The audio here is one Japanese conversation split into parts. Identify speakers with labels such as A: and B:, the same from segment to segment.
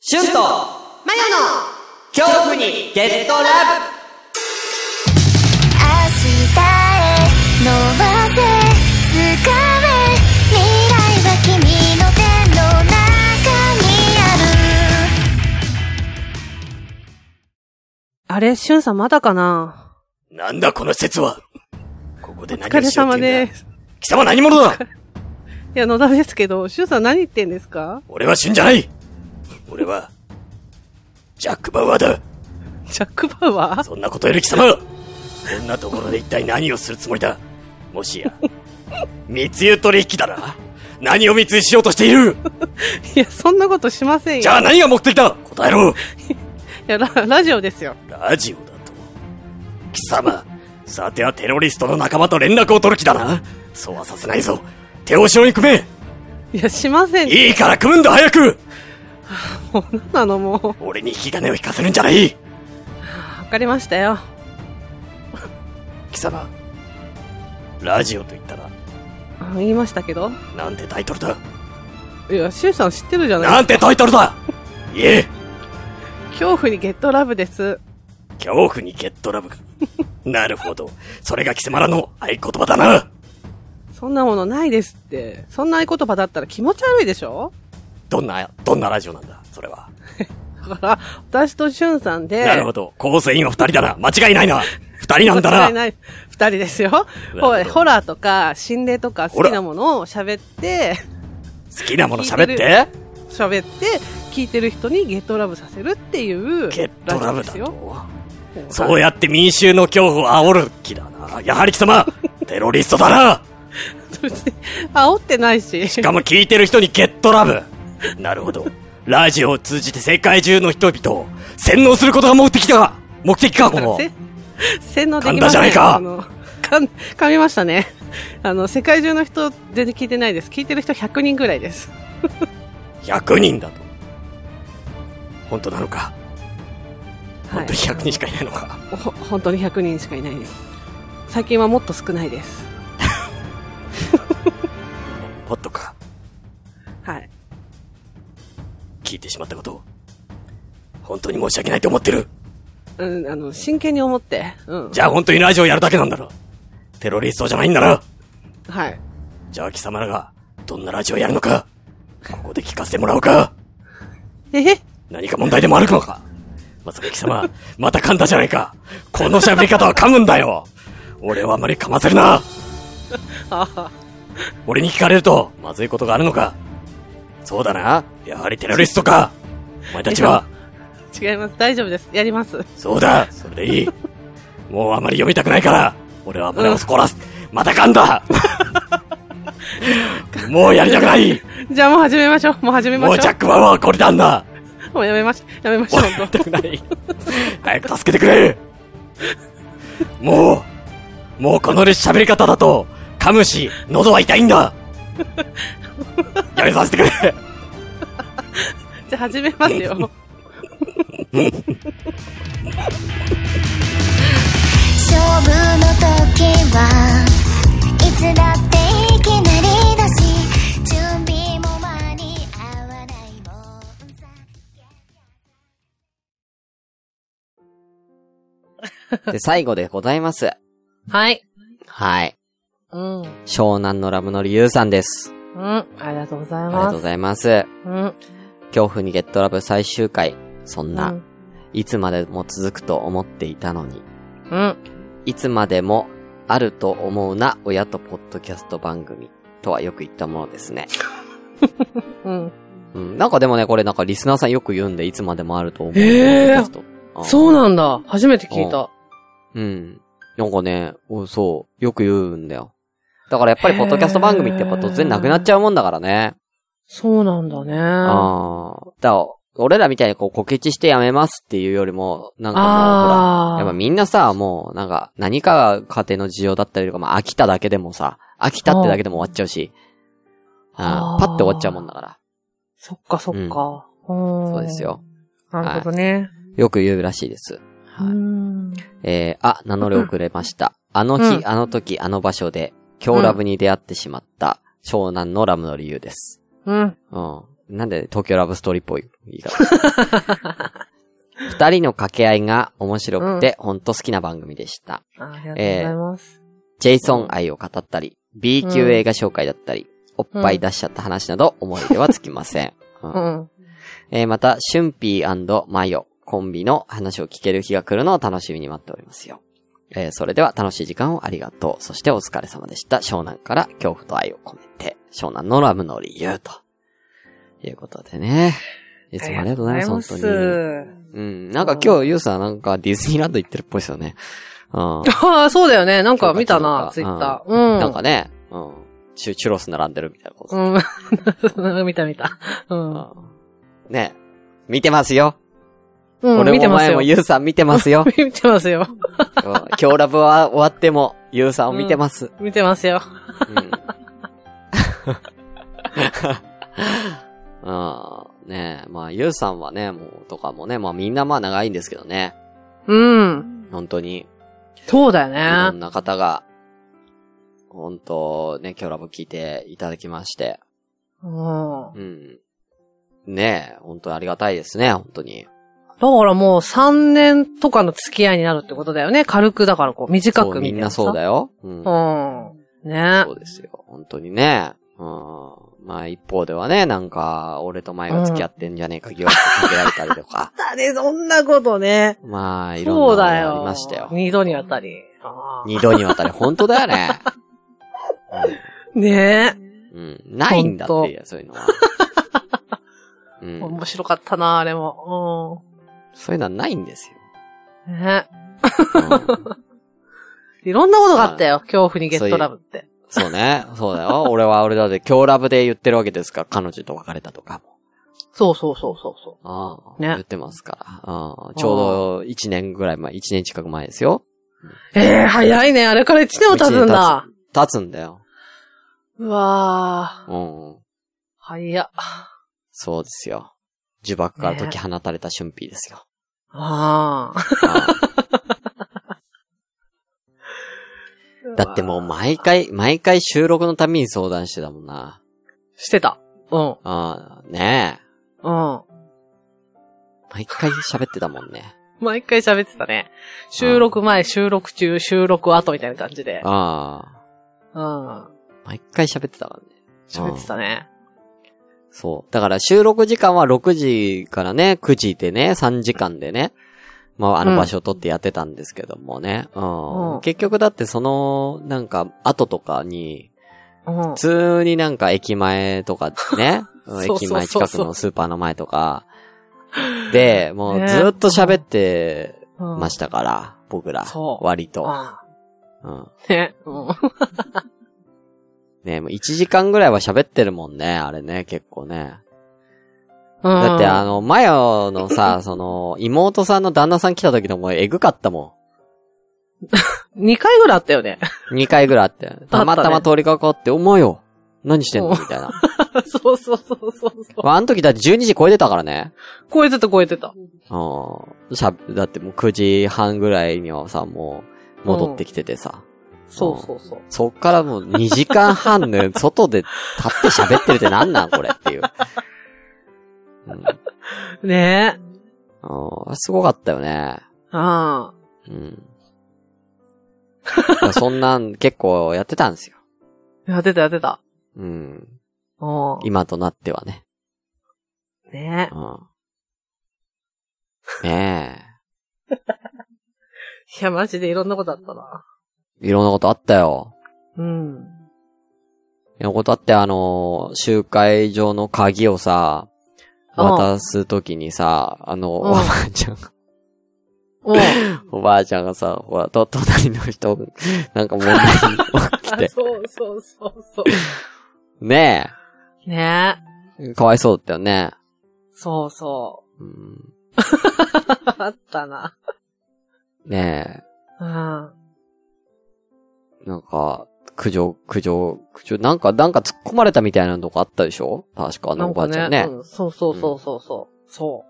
A: シュンと
B: マヨの
A: 恐怖にゲットラブ
C: 明日へ伸ばせ掴め未来は君の手の中にある
B: あれ、しゅんさんまだかな
D: なんだこの施設はここで何
B: お疲
D: を
B: れ
D: しよう
B: 様
D: ってんだ
B: です。
D: 貴様何者だ
B: いや、野田ですけど、しゅんさん何言ってんですか
D: 俺は旬じゃない俺は、ジャック・バウアーだ
B: ジャック・バウアー
D: そんなことより貴様こんなところで一体何をするつもりだもしや、密輸取引だな何を密輸しようとしている
B: いや、そんなことしませんよ。
D: じゃあ何が目的だ答えろ
B: いやラ、ラジオですよ。
D: ラジオだと貴様、さてはテロリストの仲間と連絡を取る気だなそうはさせないぞ手を後ろに組め
B: いや、しません。
D: いいから組むんだ早く
B: もう、なんなのも、
D: 俺に引き金を引かせるんじゃないう
B: わかりましたよ。
D: 貴様ラジオと言ったら
B: あ言いましたけど。
D: なんてタイトルだ
B: いや、しゅんさん知ってるじゃない
D: なんてタイトルだいえ
B: 恐怖にゲットラブです。
D: 恐怖にゲットラブかなるほどそれが貴様らの合言葉だな
B: そんなものないですって。そんな合言葉だったら気持ち悪いでしょ
D: どんなどんなラジオなんだそれは、
B: だから、私としゅんさんで、
D: なるほど構成員は二人だな間違いないな二人なんだ
B: 間違い
D: ない
B: 二人ですよ。
D: るほ
B: ほ
D: ど
B: いホラーとか心霊とか好きなものを喋って、
D: 好きなもの喋
B: 聞
D: っ
B: い
D: て
B: て喋って、聞いてる人にゲットラブさせるっていう
D: ゲットラブ
B: ジオで
D: だ
B: すよ。
D: と そうやって民衆の恐怖を煽る気だなやはり貴様テロリストだな
B: 別に煽ってないし。
D: しかも聞いてる人にゲットラブなるほど。ラジオを通じて世界中の人々を洗脳することが目的だ目的 か、この。
B: せ洗脳できません
D: 噛んだじゃないか
B: あの噛ん噛みましたね。あの、世界中の人全然聞いてないです。聞いてる人100人ぐらいです。
D: 100人だと。本当なのか
B: は
D: 本
B: い
D: 当に100人しかいないのか、
B: ほ本当に100人しかいないです。最近はもっと少ないです。
D: ポッとか、
B: はい。
D: 聞いてしまったことを。本当に申し訳ないと思ってる。
B: うん、あの、真剣に思って。うん。
D: じゃあ本当にラジオやるだけなんだろテロリストじゃないんだろ
B: はい。
D: じゃあ貴様らが、どんなラジオやるのかここで聞かせてもらおうか
B: え
D: 何か問題でもあるのかまさか貴様、また噛んだじゃないか。この喋り方は噛むんだよ。俺はあまり噛ませるな。
B: あ
D: 俺に聞かれると、まずいことがあるのか。そうだな。やはりテロリストか。お前たちは。
B: 違います。大丈夫です。やります。
D: そうだ。それでいい。もうあまり読みたくないから。俺は胸を凝らす。また噛んだ。もうやりたくない。
B: じゃあもう始めましょう。もう始めましょ
D: も
B: う。
D: うジャックマンはこれなんだ。
B: もうやめまし、やめましょう
D: もうやり
B: 本当。
D: たくない。早く助けてくれもう、もうこの喋り方だと、噛むし、喉は痛いんだやめさせてくれ
B: じゃあ始めますよ。
C: 勝負の時はいつだっていきなりだし準備も間に合わないもんさ
E: で、最後でございます。
B: はい。
E: はい。
B: うん。うん。
E: 湘南のラムのりゆうさんです。
B: ありがとうござい
E: ありが
B: ま
E: とうご
B: す。
E: ざいます。
B: うん。
E: 恐怖にゲットラブ最終回。そんな、
B: うん
E: いつまでも続くと思っていたのに、
B: うん。
E: いつまでもあると思うな親とポッドキャスト番組とはよく言ったものですね。
B: うん。
E: うん。なんかでもね、これなんかリスナーさんよく言うんで、いつまでもあると思う。
B: へー
E: ポッドキャストあ
B: そうなんだ。初めて聞いた。
E: うん。なんかね、おそう、よく言うんだよ。だからやっぱりポッドキャスト番組ってやっぱ突然なくなっちゃうもんだからね。
B: そうなんだね。
E: ああ。だから、俺らみたいにこう告知してやめますっていうよりも、なんかもう、ほ
B: あ
E: ら、
B: ー
E: やっぱみんなさ、もう、なんか、何かが家庭の事情だったりとか、まあ飽きただけでもさ、飽きたってだけでも終わっちゃうし、あー
B: あ
E: パ
B: ー
E: ッて終わっちゃうもんだから。
B: そっかそっか。そ
E: そうです。よ。
B: なるほどね。
E: よく言うらしいです。
B: う
E: はい。
B: ん。
E: えー、あ、名乗り遅れました。あの日、
B: うん
E: あの時、あの場所で、京ラブに出会ってしまった、湘南のラムの理由です。
B: うん。
E: うん。
D: なんで東京ラブストーリーっぽい言 い方。二人の掛け合いが面白くて、ほんと好きな番組でした。
B: ありが
D: とうござい
B: ます。
D: ジェイソン愛を語ったり、B 級映画紹介だったり、おっぱい出しちゃった話など思い出はつきません。 うん
B: うん。
D: えーまた、シュンピーマヨコンビの話を聞ける日が来るのを楽しみに待っておりますよ。えーそれでは楽しい時間をありがとう。そしてお疲れ様でした。湘南から恐怖と愛を込めて、湘南のラムの理由と。いうことでね。いつもありがとうございます、本当に。うん。なんか今日、ユウさんなんかディズニーランド行ってるっぽいですよね。うん。
B: あ あ、そうだよね。なんか見た
D: なん
B: な
D: か、
B: ツイッター。うん。
D: なんかね、うん。チュチュロス並んでるみたいなこと。
B: うん。 見た見た。うん。
D: うんね。見てますよ。
B: うん、
D: 俺
B: 見て
D: もお
B: ます
D: 前
B: よ
D: も。ユウさん見てま すよ。
B: 見てますよ。
D: うん今日ラブは終わっても、ゆうさんを見てます。
B: 見てますよ。
D: うん。うん、 ねえ、まあ、ゆうさんはね、もう、とかもね、まあみんなまあ長いんですけどね。
B: うん。
D: 本当に、い
B: そうだよ
D: ろん
B: ね。
D: な方が、本当ね、今日ラブ聞いていただきまして。
B: うん。
D: うん。ねえ、本当にありがたいですね、本当に。
B: だからもう3年とかの付き合いになるってことだよね。軽くだからこう、短
D: そう
B: く
D: みんなそうだ
B: よ。
D: よ。うん。
B: うん。ね
D: そうですよ。本当にね。うん。まあ一方ではね、なんか、俺と前が付き合ってんじゃねえか、疑惑かけられたりとか。
B: だね、そんなことね。
D: まあ、いろんな
B: そ
D: の
B: うだ
D: があ
B: よ。
D: りましたよ。
B: 二度にわたり。あ
D: 二度にわたり、本当だよね。
B: ーね
D: うん。ないんだっていう、そういうのは。う
B: え。
D: ん。
B: 面白かったな、あれも。
D: そういうのはないんですよ。
B: うん。ね
D: うん
B: いろんなことがあったよ。恐怖にゲットラブって。
D: そうね。そうだよ。俺は俺だって、今日ラブで言ってるわけですから、彼女と別れたとかも。
B: そうそうそうそうそ
D: ああ、
B: ね
D: 言ってますから。うんちょうど1年ぐらい前、1年近く前ですよ。
B: う。ええ早いね。あれから一年も経つんだ。
D: 経つんだよ。
B: うわー。
D: うん。
B: 早っ。
D: そうですよ。呪縛から解き放たれた春辟ですよ。
B: ああ。
D: うんだってもう毎回、毎回収録のために相談してたもんな。
B: してた。うん。
D: ああ、ねえ。
B: うん。
D: 毎回喋ってたもんね。
B: 毎回喋ってたね。収録前、収録中、収録後みたいな感じで。
D: あ
B: うん。
D: あ、毎回喋ってたからね。
B: 喋ってたね。
D: そう。だから収録時間は6時からね、9時でね、3時間でね。まあ、あの場所を取ってやってたんですけどもね。うん。
B: うん
D: 結局だってその、なんか、後とかに、
B: うん
D: 普。通になんか駅前とか ね、うん
B: そうそうそうそう
D: 駅前近くのスーパーの前とか、で、もう
B: ね
D: ずっと喋って
B: うん
D: ましたから、僕ら
B: そ、う
D: 割と。
B: あ
D: うん。
B: あね。うん。
D: ねもう1時間ぐらいは喋ってるもんね、あれね、結構ね。だってあ
B: の、
D: の、マヨのさ、 その、妹さんの旦那さん来た時のもうエグかったも
B: 2回ぐらいあったよね。
D: ん。2回ぐらいあって。たまたま通りかかって、お前よ、何してんの
B: うん
D: みたいな。
B: そうそうそうそうそう。
D: まあ、あの時だって12時超えてたからね。
B: 超えてた超えてた。
D: うん。しゃ、だってもう9時半ぐらいにはさ、もう、戻ってきててさ。
B: そうそうそう。
D: そっからもう2時間半ね、外で立って喋ってるってなんなんこれっていう。うん。
B: ねえ。
D: うんすごかったよね。
B: ああ。
D: うん。そんなん結構やってたんですよ。
B: やってたやってた。
D: うん。
B: うん。
D: 今となってはね。
B: ねえ
D: う。ん。ね
B: いや、マジでいろんなことあったな。
D: え。いろんなことあったよ。
B: うん。
D: いろんなことあって、あのー、集会場の鍵をさ、
B: うん
D: 渡すときにさ、あの、
B: ん
D: おばあちゃんが、
B: うん。
D: おばあちゃんがさ、ほら、と、隣の人、なんか問題起き
B: あ
D: て。
B: そうそうそうそ
D: ね
B: う。ねえ。
D: え。かわいそうだったよね。
B: そう そ
D: うん、
B: う。あったな。
D: ね
B: う
D: え。
B: ん。
D: なんか、苦情、苦情、苦情、なんか、なんか突っ込まれたみたいなのとかあったでしょ確か、あ
B: な
D: のお
B: ん
D: ば
B: か
D: あちゃ
B: ね。
D: んね。
B: うん、そうそうそうそうそう。そ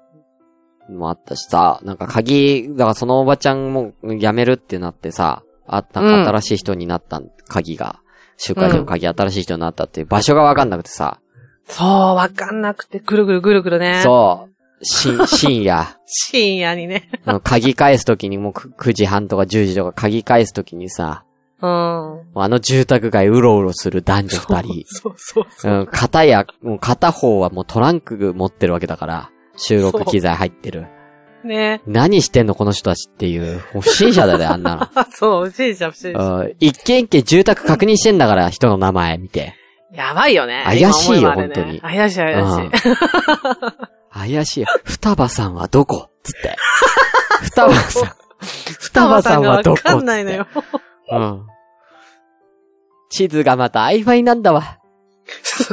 D: もあったしさ、なんか鍵、だからそのおばちゃんも辞めるってなってさ、あった、
B: うん
D: 新しい人になったん、鍵が。集会所の鍵新しい人になったっていう場所がわかんなくてさ、
B: う。そう、わかんなくて、ぐるぐるぐるぐるね。
D: そう。し、 深夜。
B: 深夜にね。
D: あの、鍵返すときにもうく9時半とか10時とか鍵返すときにさ、
B: うん。
D: もうあの住宅街うろうろする男女二人。
B: そうそうそう。
D: うん、片や、もう片方はもうトランク持ってるわけだから、収録機材入ってる。
B: ね。
D: 何してんのこの人たちっていう、もう不審者だよね、あんなの。
B: あ、そう、不審者、不審者。
D: うん一軒一軒住宅確認してんだから、人の名前見て。
B: やばいよね。
D: 怪しい
B: 今
D: よ
B: 思えばあれね
D: 本当に
B: 怪しい、怪し い。
D: 怪しい。双葉さんはどこつって。双葉さん。 双葉さんはどこ
B: わかんないのよ。
D: うん。地図がまた曖昧なんだわ。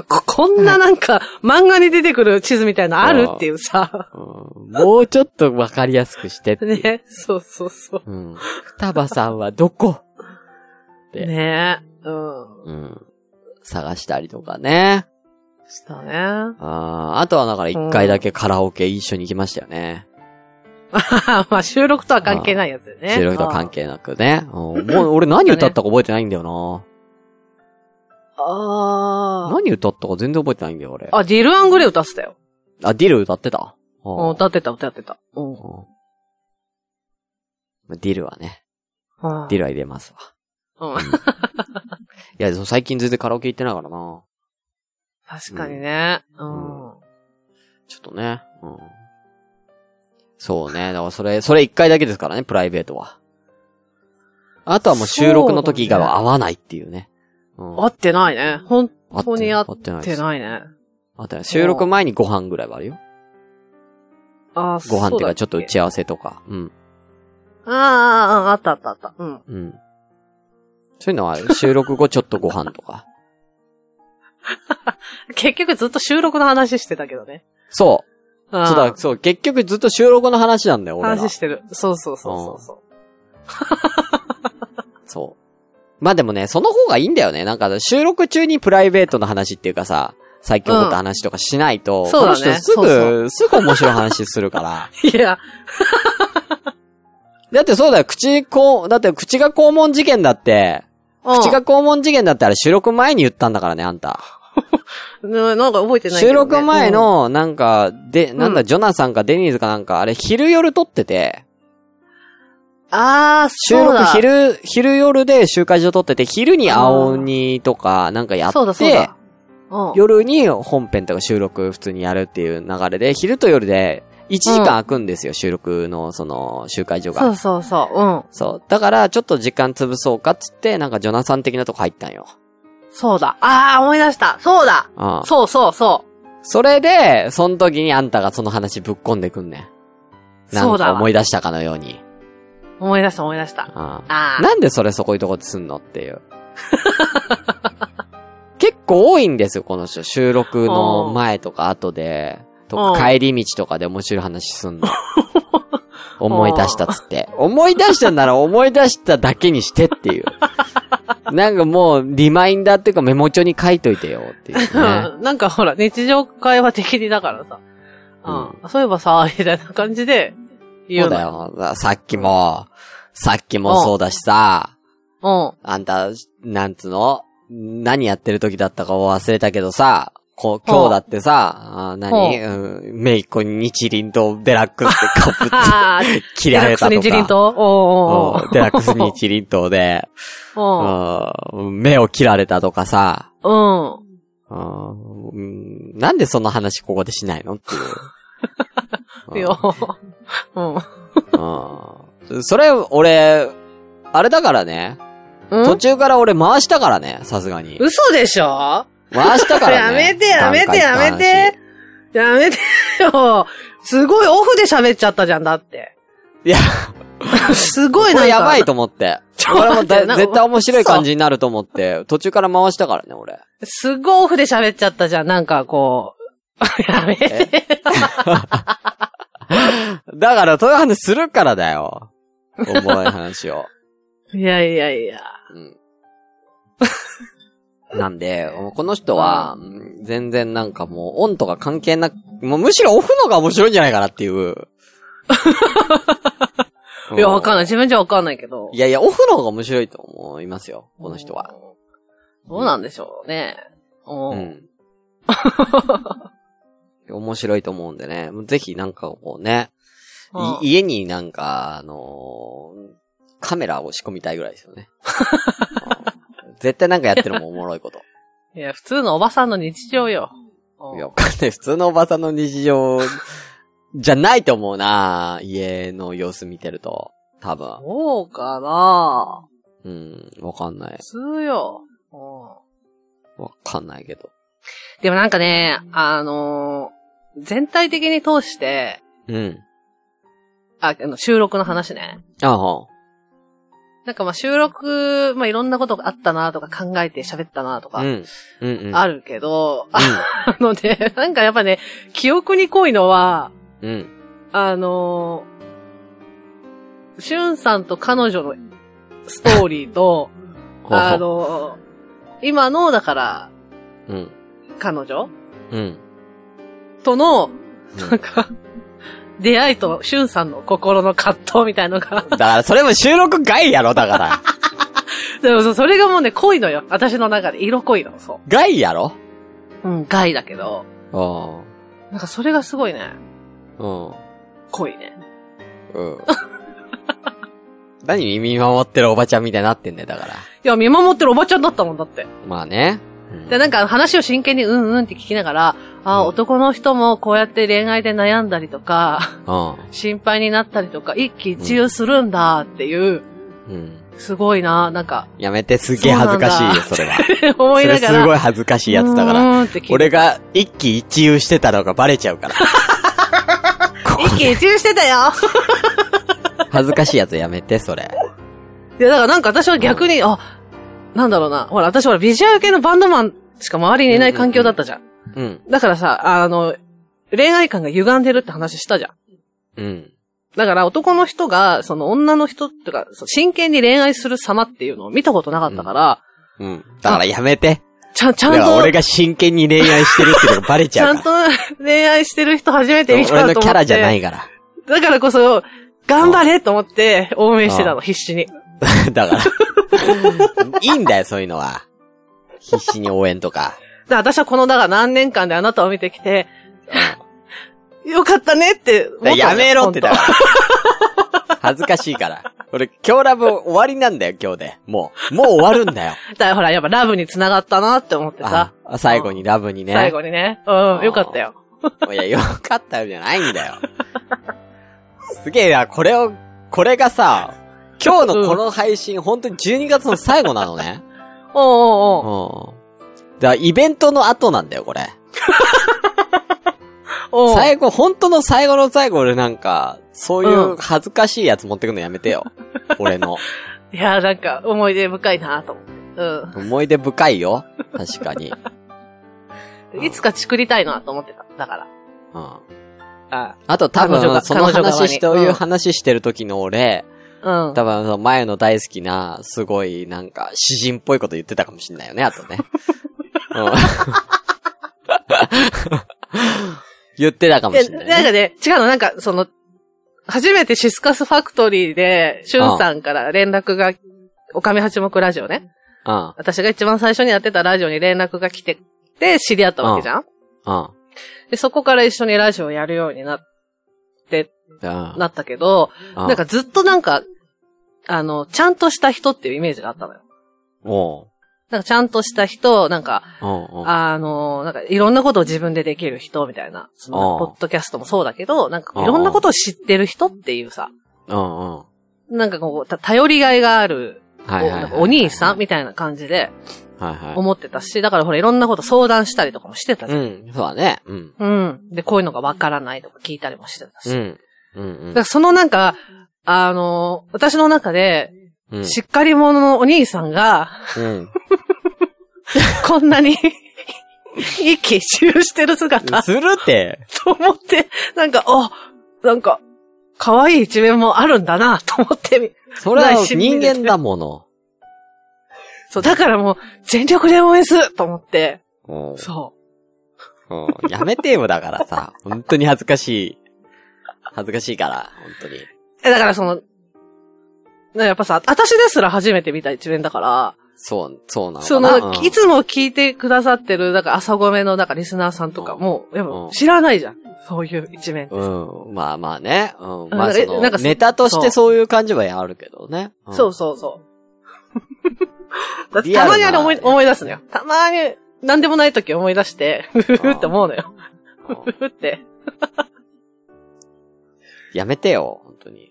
B: ここんななんか、漫画に出てくる地図みたいなのあるっていうさ。
D: うんもうちょっとわかりやすくしてっていう。
B: ね。そうそうそう。
D: うん。双葉さんはどこで
B: ねうん。
D: うん。探したりとかね。
B: したね。
D: あーあとはだから一回だけカラオケ一緒に行きましたよね。
B: まあ収録とは関係ないやつだよね。
D: 収録とは関係なくね。 うんもう俺何歌ったか覚えてないんだよな。
B: あー
D: 何歌ったか全然覚えてないんだよ、俺。あ、
B: あ、ディル・アングレイ歌ってたよ。
D: ディル歌ってた
B: うん
D: うん
B: 歌ってた、歌ってた。うん
D: うんディルはね、
B: うん
D: ディルは入れますわ。
B: うん
D: いや、でも最近全然カラオケ行ってないからな。
B: 確かにね。うん。
D: ちょっとね。うん。そうね。だからそれ、それ一回だけですからね、プライベートは。あとはもう収録の時以外は合わないっていうね。うん。
B: 合ってないね。本
D: 合っ
B: 当に合って
D: ないです
B: ないね。
D: 合ってない。収録前にご飯ぐらいはあるよ。
B: あー
D: ご飯っていうかちょっと
B: そうだ
D: 打
B: け
D: ち合わせとか。うん。
B: あーあー、あーあったあったあった。うん。
D: うん。そういうのは収録後ちょっとご飯とか。
B: 結局ずっと収録の話してたけどね。
D: そう。
B: あー
D: そうだ、そう、結局ずっと収録の話なんだよ、俺ら
B: 話。してる。そうそうそうそうそう。
D: そう。まあでもね、その方がいいんだよね。なんか、収録中にプライベートの話っていうかさ、最近起こった話とかしないと、
B: うんそうだね
D: この人すぐ、
B: そ
D: すぐ面白い話する から。
B: いや、
D: だってそうだよ、口、こう、だって口が肛門事件だって、
B: うん
D: 口が肛門事件だってあれ収録前に言ったんだからね、あんた。
B: ななんか覚えてないけど
D: 収
B: ね
D: 録前、の、なんか、で、なんだ、
B: うん
D: ジョナサンかデニーズかなんか、あれ昼夜撮ってて、
B: うんああ、
D: 収
B: そう
D: 録
B: だ。
D: 昼、昼夜で集会所撮ってて、昼に青鬼とかなんかや
B: そうだ
D: っ
B: そう
D: て
B: だ、。うん
D: 夜に本編とか収録普通にやるっていう流 れで、昼と夜で1時間空くんですよ、収録のその集会所
B: そう
D: が。
B: そうそう。うん。
D: そう。だから、ちょっと時間潰そうかっつって、なんかジョナサン的なとこ入ったんよ。
B: そうだ。ああ、思い出した。そうだ。
D: うん。そ
B: そうそうそ
D: れで、その時にあんたがその話ぶっこんでくんねん。な
B: そ
D: ん
B: うだ
D: か
B: わ
D: 思い出したかのように。
B: う。思い出した思い出した。
D: うん。
B: ああ。
D: なんでそれそこいうとこですんのっていう。 結構多いんですよ、この人。収録の前とか後で、と
B: うん
D: か帰り道とかで面白い話す んの。思い出したっつって。思い出したなら 思い出しただけにしてっていう。なんかもう、リマインダーっていうかメモ帳に書いといてよっていう ね。
B: うんなんかほら、日常会話的にだからさ。うん。そういえばさ、 みたいな感じで言
D: そ
B: う
D: う
B: の
D: だ。よ。さっきも、さっきもそうだしさ、
B: う
D: あんた、なんつうの何やってる時だったか忘れたけどさ、こう、今日だってさ、あー何うん、めいっ子に日輪とデラックスでかぶっ
B: ん。 ああ、
D: て、 切
B: デ
D: ら
B: ラッ
D: れ
B: ク
D: た
B: ス
D: とか。
B: にジリンとおうおう
D: うんデラックスに一輪刀 で、
B: おう
D: うん目を切られたとかさ、
B: うん。うん。。
D: うんうんなんでその話ここでしないの って
B: い
D: いう
B: やうん。
D: うんそれ、俺、あれだからね、
B: う
D: 途
B: ん
D: 中から俺回したからね、さすがに。
B: 嘘でしょ
D: 回したから、
B: や
D: ね。
B: めて、やめて、や
D: 段階
B: めて。やめてよ。すごいオフで喋っちゃったじゃん、だって。
D: いや、
B: すごい
D: こ
B: なん
D: れ
B: か。
D: やばいと思って。
B: ちょっ
D: ことれ
B: 待
D: も
B: ってな
D: だ
B: んか
D: 絶対面白い感じになると思って、途中から回したからね、俺。
B: すごいオフで喋っちゃったじゃん、なんかこう。やめて。
D: だから、そういう話するからだよ。重い話を。
B: いやいやいや。
D: うん。なんで、この人は、うん全然なんかもう、オンとか関係なく、もうむしろオフのが面白いんじゃないかなっていう。
B: いや、わかん
D: い。
B: ない。自分じゃわかんないけど。
D: いやいや、オフの方が面白いと思いますよ、この人は。
B: どうなんでしょうね。う。
D: うんん。面白いと思うんでね。ぜひなんかこうね、
B: ああ
D: い家になんか、あのーカメラを仕込みたいぐらいですよ ね。うん絶対なんかやってるのもおもろいこと。
B: いや、普通のおばさんの日常よ。
D: いや、わかんない。普通のおばさんの日常 じゃないと思うな家の様子見てると。多分。
B: そうかな
D: うん、わかんない
B: 普。通よ。うん
D: わかんないけど。
B: でもなんかね、あのー全体的に通して、
D: うん。
B: あ、あの、収録の話ね。
D: あは。
B: なんかまあ収録、まあいろんなことがあったなとか考えて喋ったなとか
D: う、ん。うんうん。
B: あるけど、あのね、なんかやっぱね、記憶に濃いのは、
D: うん。
B: あのー、しゅんさんと彼女のストーリーと、あ
D: あの、
B: のー、今の、だから、
D: うん。
B: 彼女
D: うん。
B: との、
D: うん
B: なんか、出会いと、しゅんさんの心の葛藤みたいのが、
D: だから、それも収録外やろ、だから。
B: でもそうそれがもうね、濃いのよ。私の中で、色濃いの、そ
D: 外やろ
B: う。うん、害だけど、
D: う
B: なんかそれがすごいね、
D: ん。うん。
B: 濃いね。
D: うん。 何見守ってるおばちゃんみたいになってんだよ、だから。
B: いや、見守ってるおばちゃんだったもんだって。
D: まあね。うん
B: で、なんか話を真剣にうんうんって聞きながら、あー
D: うん
B: 男の人もこうやって恋愛で悩んだりとか、心配になったりとか、一喜一憂するんだっていう、
D: うん。うん。
B: すごいな、なんか、
D: やめて、すげえ恥ずかしいよ、それは。
B: 思い
D: それ
B: ながら。
D: すごい恥ずかしいやつだか
B: う
D: ら。
B: ーんって聞いて
D: 俺が一喜一憂してたのがバレちゃうから。
B: 一喜一憂してたよ
D: 恥ずかしいやつやめて、それ。
B: いや、だからなんか私は逆に、あ、なんだろうな、ほら、私ほら、ビジュアル系のバンドマンしか周りにいない環境だったじゃん。
D: うん。
B: だからさ、あの、恋愛感が歪んでるって話したじゃん。
D: うん。
B: だから男の人が、その女の人ってか、そう真剣に恋愛する様っていうのを見たことなかったから、
D: うん。だからやめて。
B: ちゃん、ち
D: だ
B: ゃ
D: か
B: ん
D: ら俺
B: と、
D: が真剣に恋愛してるってのがバレち
B: ち
D: ゃ
B: ゃ
D: うんか
B: と恋愛してる人初めて
D: ら。
B: 見たと思って。
D: 俺のキャラじゃないから。
B: だからこそ、頑張れと思って、応援してたの、必死に。
D: だから。 いいんだよ、そういうのは。必死に応援とか。
B: で私はこの、だから何年間であなたを見てきて、よかったねって思ったのよ
D: やめろって
B: 本
D: だから。恥ずかしいから。俺、今日ラブ終わりなんだよ、今日で。もう、もう終わるんだよ。
B: 当だからほら、やっぱラブに繋がったなって思って さ
D: あ、あ最後にラブにね。
B: 最後にね。うん、よかったよ。
D: いや、よかったよじゃないんだよ。すげえな、これを、これがさ、今日のこの配信、本当に12月の最後なのね。
B: おうおうおう
D: うん。だからイベントの後なんだよ、これ。
B: おう
D: 最後、本当の最後の最後、俺なんか、そういう恥ずかしいやつ持ってくのや めてよ。俺の。
B: いや、なんか、思い出深いなと思って。うん。
D: 思い出深いよ。確かに。うん
B: いつか作りたいなと思ってた。だから。
D: うん。
B: あ
D: あと多
B: 彼女
D: 分、
B: が
D: その
B: 彼女側
D: 話
B: に
D: し、そういううん話してる時の俺、
B: うん。
D: 多分、その前の大好きな、すごい、なんか、詩人っぽいこと言ってたかもしんないよね、あとね。うん、言ってたかも
B: で
D: しんない、
B: なん
D: ね。
B: かね、違うの、なんか、その、初めてシスカスファクトリーで、シュンさんから連絡が、おかみ八目ラジオね。
D: うん、
B: 私が一番最初にやってたラジオに連絡が来て、で、知り合ったわけじゃん、
D: うん、
B: で、そこから一緒にラジオをやるようにな、
D: うん。
B: なったけど、
D: な
B: なんか、ずっとなんか、あの、ちゃんとした人っていうイメージがあったのよ。
D: お
B: なんか、ちゃんとした人、なんか、
D: うん、うん、うん。
B: あの、なんかいろんなことを自分でできる人みたいな、その
D: ああ
B: ポッドキャストもそうだけど、なんか
D: ああ
B: いろんなことを知ってる人っていうさ、
D: うん、うん。
B: なんかこう、た頼りがいがある、
D: はいはいはい
B: おお兄さんみたいな感じで
D: はいは
B: 思ってたし、だからほらいろんなこと相談したりとかもしてた
D: い。
B: じゃ。
D: うんん、そうだね。うん。
B: うん。で、こういうのがわからないとか聞いたりもしてたし。
D: う
B: だ
D: ん。うん、
B: からそのなんか、あの、私の中で、
D: うん。
B: しっかり者のお兄さん が、
D: うん。
B: こんなに、一気一憂してる姿
D: するって。
B: と思って、なんか、あ、なんか、可愛い一面もあるんだな、と思ってみ。
D: それは
B: 内心
D: 人
B: に
D: 間だもの。
B: そう、だからもう、全力で応援すると思って、
D: うん
B: そ
D: うんやめてよ、だからさ。本当に恥ずかしい。恥ずかしいから、本当に。
B: う。え、だからその、ねやっぱさ、私ですら初めて見た一面だから、
D: そう、そうなの
B: そ
D: かな。
B: の、
D: うん
B: いつも聞いてくださってる、なんか朝ごめの、なんかリスナーさんとかも、で
D: うん
B: も知らないじゃん。そういう一面。
D: うん。まあまあね。うん。まあ
B: だ
D: そ
B: から
D: の
B: なんか
D: ネタとしてそういう感じはあるけどね。ん
B: そうそう そう。だって
D: リア
B: たま
D: ルな
B: にあれ思い思い出すのよ。たまに、なんでもない時思い出して、ふふふって思うのよ。
D: うん
B: ふふって。
D: やめてよ、本当に。
B: い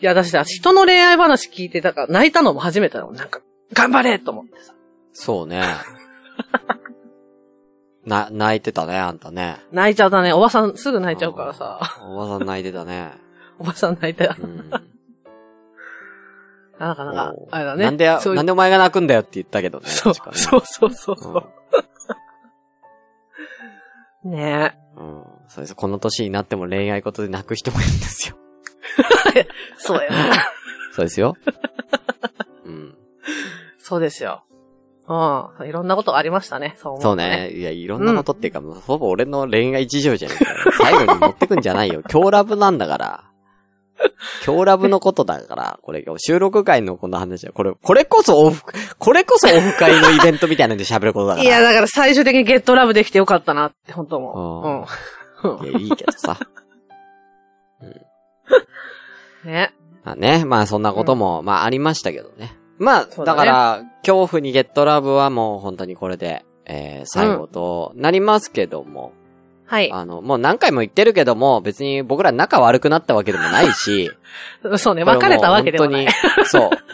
B: や、私さ、人の恋愛話聞いて、だから泣いたのも初めてだもん。なんか、頑張れと思ってさ。
D: そ うね。な、泣いてたね、あんたね。
B: 泣いちゃうだね。おばさんすぐ泣いちゃうからさ。
D: おばさん泣いてたね。
B: おばさん泣いたよ。
D: うん。
B: なんかなんか
D: お、
B: あれだね。
D: なんで、
B: そうい
D: なんでお前が泣くんだよって言ったけどね。
B: そう
D: 確かね
B: そうそうそう
D: う
B: そう。ね
D: ん。うん。そうです。この年になっても恋愛ことで泣く人もいるんですよ。
B: え。そうよ。
D: そうで すよ。うん。
B: そうですよ。うん。いろんなことがありましたね。そう思
D: そう
B: と
D: ね。。いや、いろんなことっていうか、もうほぼ俺の恋愛事情じゃねえから。最後に持ってくんじゃない よ。今日ラブなんだから。今日ラブのことだから、これ、収録会のこの話は、これ、これこそオフ、これこそオフ会のイベントみたいなんで喋ることだから。
B: いや、だから最終的にゲットラブできてよかったなって、本当も。うん。
D: いや、いいけどさ。
B: うん。ね。
D: まあね、まあそんなことも、まあありましたけどね。まあ、
B: そうだ
D: だ
B: ね
D: から、恐怖にゲットラブはもう本当にこれで、えー、最後となりますけども、
B: はい。
D: あの、もう何回も言ってるけども、別に僕ら仲悪くなったわけでもないし、
B: そうね。別れたわけではない。
D: これもう本当に、そう、うん、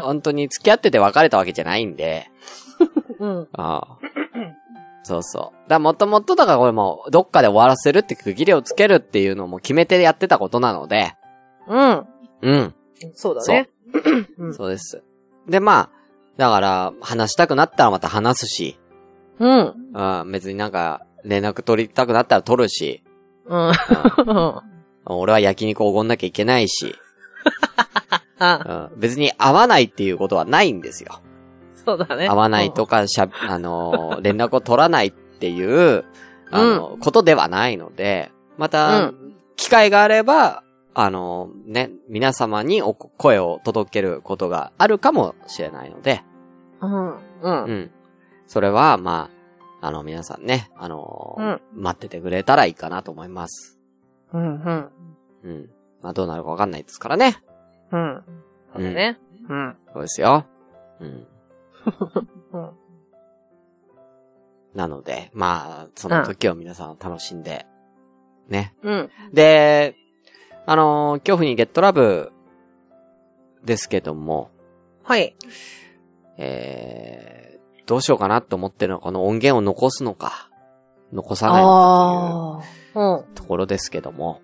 D: 本当に付き合ってて別れたわけじゃないんで、
B: うん。
D: ああ。そうそう。だからもともとだからこれもう、どっかで終わらせるって区切りをつけるっていうのも決めてやってたことなので、
B: うん。
D: うん。
B: そうだね。うん
D: そうです。で、まあ、だから、話したくなったらまた話すし、
B: うん。
D: うん、別になんか、連絡取りたくなったら取るし、
B: うん。
D: うん
B: うん。
D: 俺は焼肉おごんなきゃいけないし、
B: あ、
D: うん、別に会わないっていうことはないんですよ。
B: そうだね。
D: 会わないとか、しゃ、 あのー、連絡を取らないっていう、あの、ことではないので、ま
B: う
D: た、機会があれば、あのー、ね、皆様にお声を届けることがあるかもしれないので、
B: うん。うん。う。
D: うんん。それは、まあ、あの、皆さんね、あのー待っててくれたらいいかなと思います。
B: うん。うん。
D: うん。まあ、どうなるかわかんないですからね。
B: うん。そうだね。うん。
D: そうですよ。うん。
B: うん。
D: なので、まあ、その時を皆さん楽しんで、ね。
B: うん。
D: で、あのー恐怖にゲットラブですけども、
B: はい。
D: えー、どうしようかなと思ってるのは、この音源を残すのか、残さないのか
B: ああ。うん。
D: というところですけども、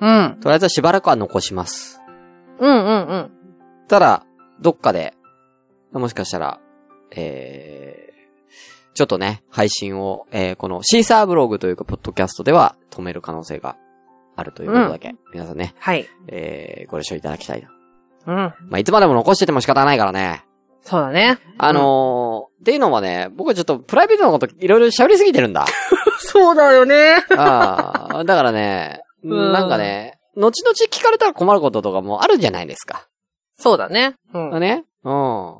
B: うん。
D: とりあえずはしばらくは残します。
B: うんうんうん。
D: ただ、どっかで、もしかしたら、えー、ちょっとね、配信を、えー、このシーサーブログというか、ポッドキャストでは止める可能性があるということだけ、皆さんね、
B: はい。
D: えー、ご了承いただきたいな。
B: うん。
D: まあ、いつまでも残してても仕方ないからね。
B: そうだね。
D: あのー、っていうのはね、僕はちょっとプライベートのこといろいろ喋りすぎてるんだ。
B: そうだよね。
D: あ あ、だからね、
B: うん
D: なんかね、後々聞かれたら困ることとかもあるじゃないですか。
B: そうだね。うん。
D: ね。うん。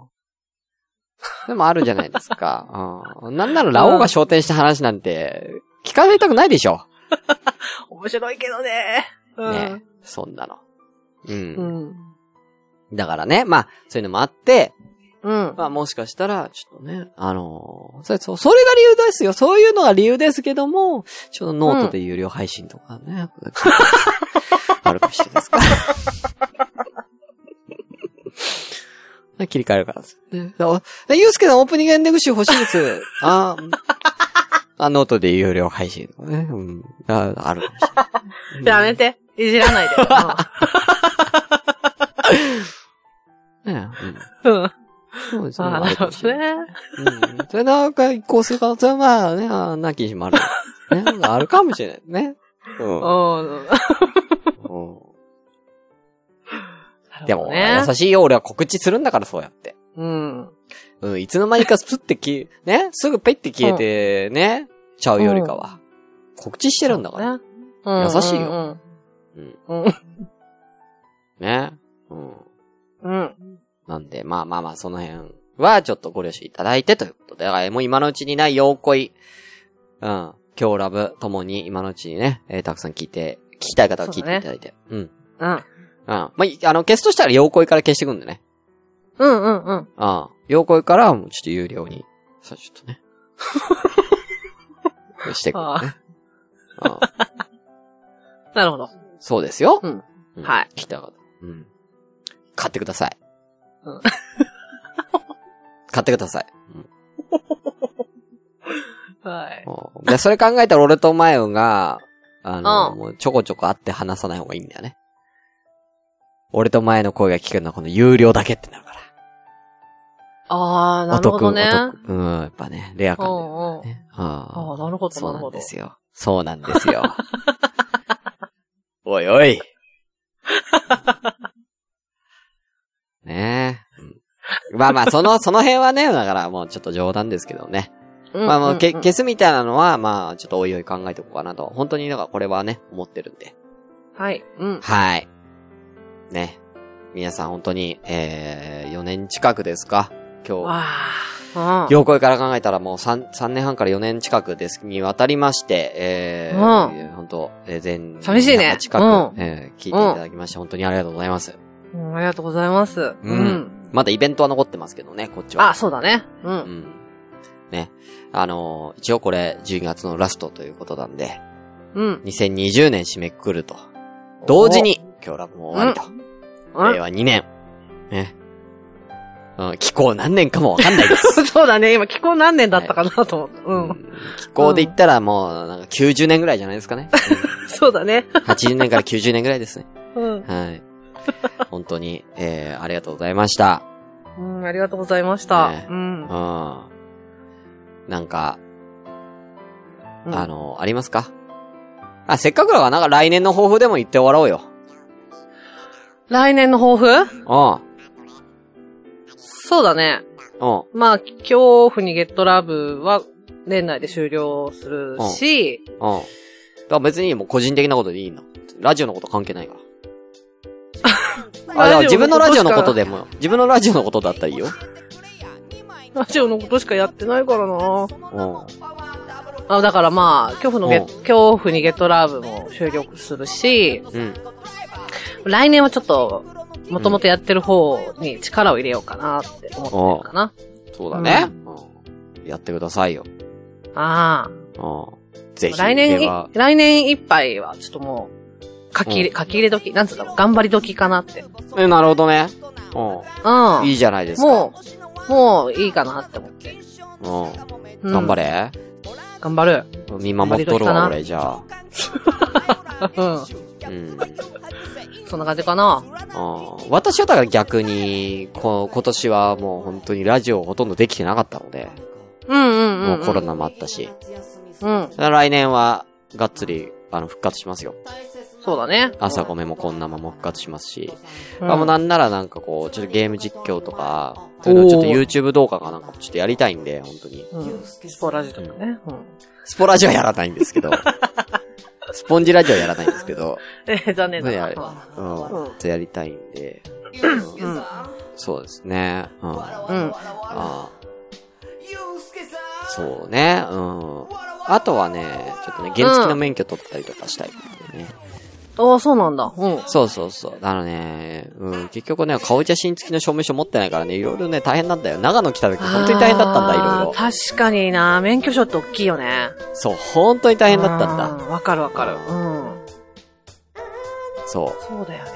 D: でもあるじゃないですか。うん。なんなら、ラオウが昇天した話なんて、聞かれたくないでしょ。
B: 面白いけどね。う
D: ね。そんなの。う。
B: うんん。
D: だからね、まあ、そういうのもあって、
B: うん。
D: まあもしかしたら、ちょっとね、あのーそれ、そうそれが理由ですよ。そういうのが理由ですけども、ちょっとノートで有料配信とかね、 あるかもしれないですから。 切り替えるからです。ね、おえゆうすけさんオープニングエンディング集欲しいです。あーうんあ、ノートで有料配信とかね。うん。ああるかもしれない。
B: やめて。いじらないで。
D: うん。ねう ん
B: うん。うん
D: そうですね
B: ああ、なるほどね。
D: うんそれなんか一向する可能性はまあね、あなきにしもある。ね、なんかあるかもしれないね。うん。
B: うん。
D: で
B: なるほ
D: も、
B: ど
D: 優
B: ね。
D: しいよ、俺は告知するんだからそうやって。
B: うん。
D: うん、いつの間にかスッて消え、ね、すぐペッて消えてね、ちゃうよりかは。告知してるんだから。
B: ね。うん
D: 優しいよ。
B: うん。うん
D: ね。うん。
B: うん。
D: なんで、まあまあまあ、その辺、は、ちょっとご了承いただいてということで、だからもう今のうちにない陽恋、うん、今日ラブともに今のうちにね、えーたくさん聞いて、聞きたい方は聞いていただいて。うん。うん。
B: うん。
D: まあ、いあの、消すとしたら陽恋から消していくんでね。
B: うんうんうん。
D: うん。陽恋からはもうちょっと有料に、さあちょっとね。 していく、ね。
B: ああ、
D: うん
B: なるほど。
D: そうですよ。
B: うんはい
D: 来た方。うん。買ってください。
B: うん
D: 買ってください。うん
B: はい。
D: もうで、それ考えたら俺とマヨが、あの、
B: うん
D: もうちょこちょこ会って話さない方がいいんだよね。俺と前の声が聞けるのはこの有料だけってなるから。
B: ああ、な
D: お
B: る
D: 得
B: ほどね。
D: お得。うん、やっぱね、レア感で、
B: うんうん。
D: ね。あ
B: ああ、なるほど、
D: そ
B: な
D: う
B: る
D: な
B: ほ
D: ん
B: ど
D: で。すよ。そうなんですよ。 おいおい。ねえ。うんまあまあ、その、その辺はね、だからもうちょっと冗談ですけどね。まあもうけ、
B: んんん
D: 消すみたいなのは、まあ、ちょっとおいおい考えておこうかなと。本当に、だからこれはね、思ってるんで。
B: はい。うん。
D: はい。ね。皆さん本当に、えー、4年近くですか今日。
B: わあ。うん。
D: 陽光から考えたらもう 3, 3年半から4年近くです、にわたりまして、えー、本当、えー、全、
B: 寂しいね
D: 近く、
B: うん
D: えー聞いていただきまして、本当にありがとうございます。
B: うんありがとうございます。
D: う
B: うんん。
D: まだイベントは残ってますけどね、こっちは。
B: あ、そうだね。う。
D: うんん。ね。あのー一応これ、12月のラストということなんで、
B: うん。
D: 2020年締めくくると。同時に、今日ラブも終わりと。
B: うん
D: 令和2年。ね。うん、気候何年かもわかんないです。
B: そうだね。今、気候何年だったかなと思った。うん。
D: 気候で言ったらもう、なんか90年ぐらいじゃないですかね。
B: そうだね。
D: 80年から90年ぐらいですね。
B: うん。
D: はい。本当に、えー、ありがとうございました。
B: うん、ありがとうございました。
D: ね
B: うん。
D: うん。
B: うん
D: なんか、あ、の、ありますかあ、せっかくだから、なんか来年の抱負でも言って終わろうよ。
B: 来年の抱負
D: う
B: そうだね。
D: ん。うん。
B: まあ、恐怖にゲットラブは、年内で終了するし、
D: うん。だから別にもう個人的なことでいいの。ラジオのこと関係ない から。あ、だから自分のラジオのことでも、自分のラジオのことだったらいいよ。
B: ラジオのことしかやってないからな
D: うん。
B: あ、だからまあ、恐怖のゲ
D: うん
B: 恐怖にゲットラブも終了するし、
D: うん。
B: 来年はちょっと、もともとやってる方に力を入れようかなって思ってるかな。
D: そうだね。うん。やってくださいよ。
B: ああ。
D: うん。ぜひ。
B: 来年
D: で
B: い
D: は、
B: 来年いっぱいはちょっともう、書き入れ、
D: う
B: 書き入れ時、なんつうんだろう、頑張り時かなって。うん。
D: え、なるほどね。う
B: も
D: ん。いいじゃないですか。
B: う、もういいかなって思って。
D: う。
B: うんん
D: 頑張れ。
B: 頑張る。
D: 見守っとる
B: 頑
D: わ、
B: 張
D: 俺、じゃあ。
B: うん。
D: うん。
B: そんな感じかな。
D: うん私はだから逆に、こ今年はもう本当にラジオほとんどできてなかったので、
B: うんうんうん、
D: も
B: うん。
D: うコロナもあったし。
B: うん。
D: 来年は、がっつり、あの、復活しますよ。
B: そうだね。
D: 朝ごめもこんなまま復活しますし。
B: うん
D: あもうなんならなんかこう、ちょっとゲーム実況とか、そういうのちょっと
B: おー
D: YouTube 動画かなんかもちょっとやりたいんで、本当に。
B: うん。スポラジとかね。うん。
D: スポラジオやらないんで すけど。スポンジラジオやらないんですけど。
B: え、残念だ
D: や
B: な。
D: るうん。ち
B: う
D: ょ
B: ん
D: っとやりたいんで。
B: うん。うん。
D: そうですね。うん。あ
B: うん。
D: あそうね。うん。あとはね、ちょっとね、原付の免許取ったりとかしたい、ね。
B: ああ、そうなんだ。うん。
D: そうそうそう。あのね、うん、結局ね、顔写真付きの証明書持ってないからね、いろいろね、大変なんだよ。長野来た時、本当に大変だったんだ、い
B: あー
D: ろいろ。
B: 確かにな。免許証って大きいよね。
D: そう、本当に大変だったん
B: あ
D: だ。
B: ーわかるわかる。うん。
D: そ
B: そうだよね。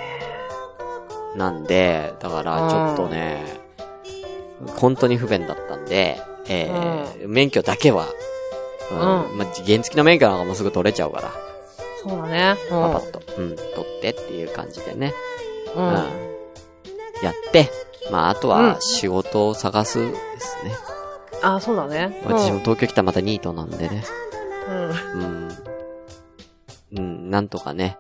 D: う。なんで、だから、ちょっとね、本当に不便だったんで、えー免許だけは、うん、
B: う
D: まあ、原付の免許なんかもうすぐ取れちゃうから、
B: そうだね。うん。
D: パパッと、うん、取ってっていう感じでね、
B: う
D: うん、
B: ん。
D: やって、まあ、あと
B: う
D: は
B: ん
D: 仕事を探すですね。
B: あー、そうだね。うん
D: 私も東京来たらまたニートなんでね、うん、うん、なんとかね、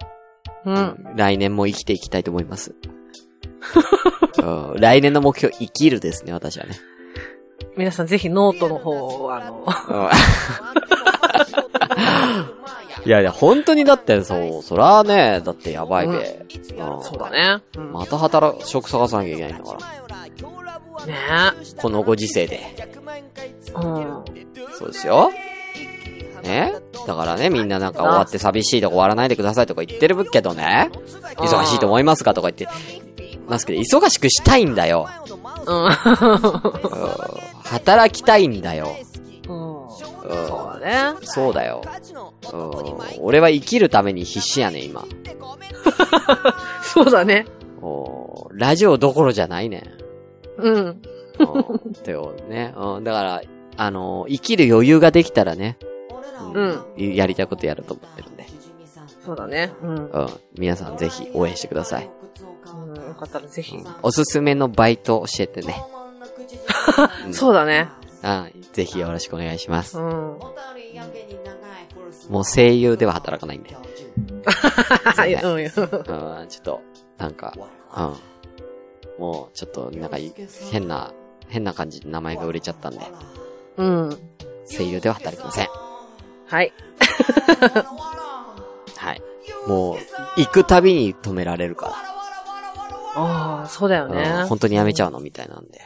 B: うん。うん。
D: 来年も生きていきたいと思います。 うん来年の目標、生きるですね、私はね。
B: 皆さんぜひノートの方を、あの、
D: いやいや、本当にだって、そう、そらね、だってやばいべ。うん
B: そうだね。うん。
D: また働く、職探さなきゃいけないんだから。
B: ね
D: このご時世で。
B: うん。
D: そうですよ。ねだからね、みんななんか終わって寂しいとか終わらないでくださいとか言ってるけどね。忙しいと思いますかとか言ってますけど、忙しくしたいんだよ。
B: う
D: うん働きたいんだよ。
B: ん。うん。
D: うん
B: そうだね。
D: そうだよ。うん俺は生きるために必死やね、今。
B: そうだね。
D: おーラジオどころじゃないね。
B: うん。
D: うんってよね。うんだから、あのー生きる余裕ができたらね、
B: うん。
D: やりたいことやると思ってるんで。
B: そうだね。うん。
D: うん。皆さんぜひ応援してください。
B: うん、よかったらぜひ。
D: おすすめのバイト教えてね。
B: そうだね。
D: うん。ぜひよろしくお願いします
B: う。ん。
D: もう声優では働かないんで。
B: はい、うん。
D: うん。ちょっと、なんか、うん。もう、ちょっと、なんかい、変な、変な感じで名前が売れちゃったんで、
B: うん。
D: 声優では働きません。
B: はい。
D: はい。もう、行くたびに止められるから。
B: ああ、そうだよ
D: うん
B: ね。
D: 本当にやめちゃうのみたいなんで。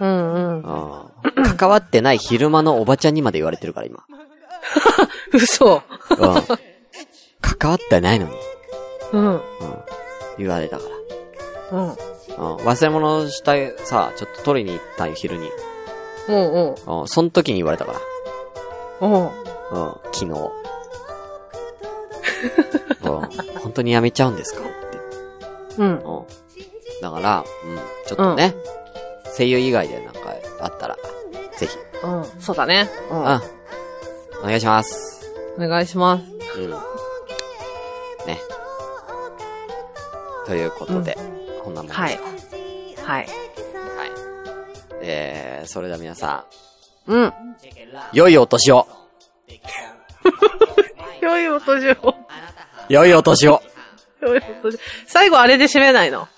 B: うんう。
D: うんん。関わってない昼間のおばちゃんにまで言われてるから、今。
B: 嘘。
D: うん。関わってないのに、
B: うん。うん。
D: 言われたから。うん。忘れ物したい、さ、ちょっと取りに行ったよ、昼に。
B: うん
D: うん。その時に言われたから。
B: うん。うん。
D: うん。 昨日。うん。本当にやめちゃうんですかって。
B: うん。
D: うん。だから、うん。ちょっとね、声優以外でなんかあったら、ぜひ。
B: うん。そうだね。う。
D: うんん。お願いします。
B: お願いします。
D: うん。ね。ということで、こんなもんですか。
B: はいはい。
D: はい。えー、それでは皆さ
B: うん。
D: ん、良いお年を
B: 良いお年を。
D: 良いお年を
B: 良いお年を。最後あれで締めないの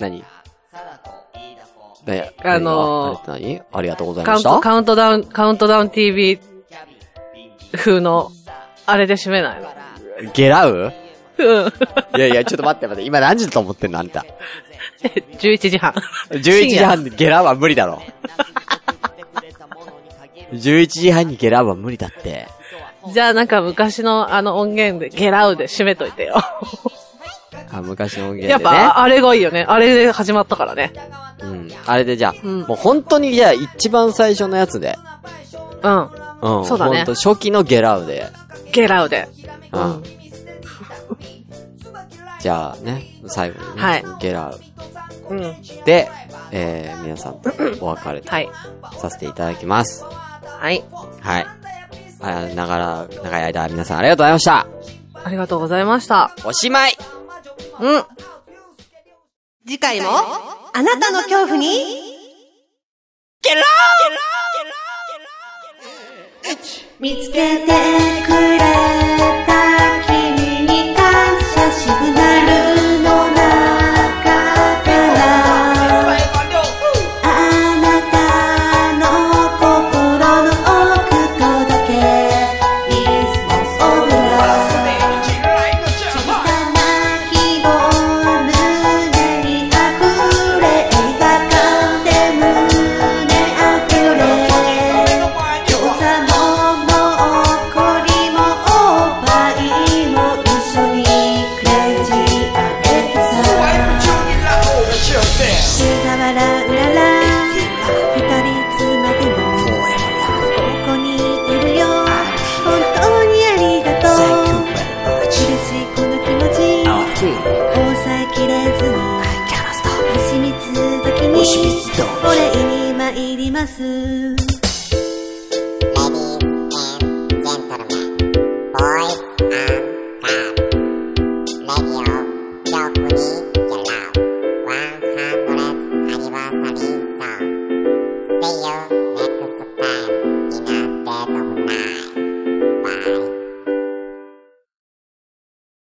D: 何ね、
B: あのー
D: 何があれって何ありがとうござい
B: カ
D: ま
B: ウン
D: した
B: ト、カウントダウン、カウントダウン TV 風の、あれで締めないの
D: ゲラウ
B: うん。
D: いやいや、ちょっと待って待って。今何時だと思ってんのあんた。
B: 11時半。
D: 11時半にゲラウは無理だろ。11時半にゲラウは無理だって。
B: じゃあなんか昔のあの音源でゲラウで締めといてよ。
D: あ、昔の音
B: や
D: 源
B: っ
D: でね
B: ぱ。あれがいいよね。あれで始まったからね。
D: うん。あれでじゃあ、
B: うん
D: もう本当にじゃあ一番最初のやつで。
B: うん。
D: うん。
B: そうだね
D: 本当初期のゲラウで。
B: ゲラウで。
D: う
B: うん
D: ん。じゃあね、最後にね、
B: はい
D: ゲラウ
B: うん。
D: で、えー、皆さんとお別れと
B: はい。
D: させていただきます。
B: はい。
D: はい。あながら、長い間皆さんありがとうございました。
B: ありがとうございました。
D: おしまい
B: うん。
E: 次回も、あなたの恐怖に、
C: 見つけてくれた君に感謝シグナルの中からあなたの心の奥届けイスモスオブラ小さな希望胸に溢れ描かって胸溢れ餃子ももうこりもおっぱいも一緒にクレイジーアレクサシュガワラウララ二人つまでもここにいるよ本当にありがとう嬉しいこの気持ち抑えきれずに星みつどきにお礼に参ります
F: 100th anniversary song. See you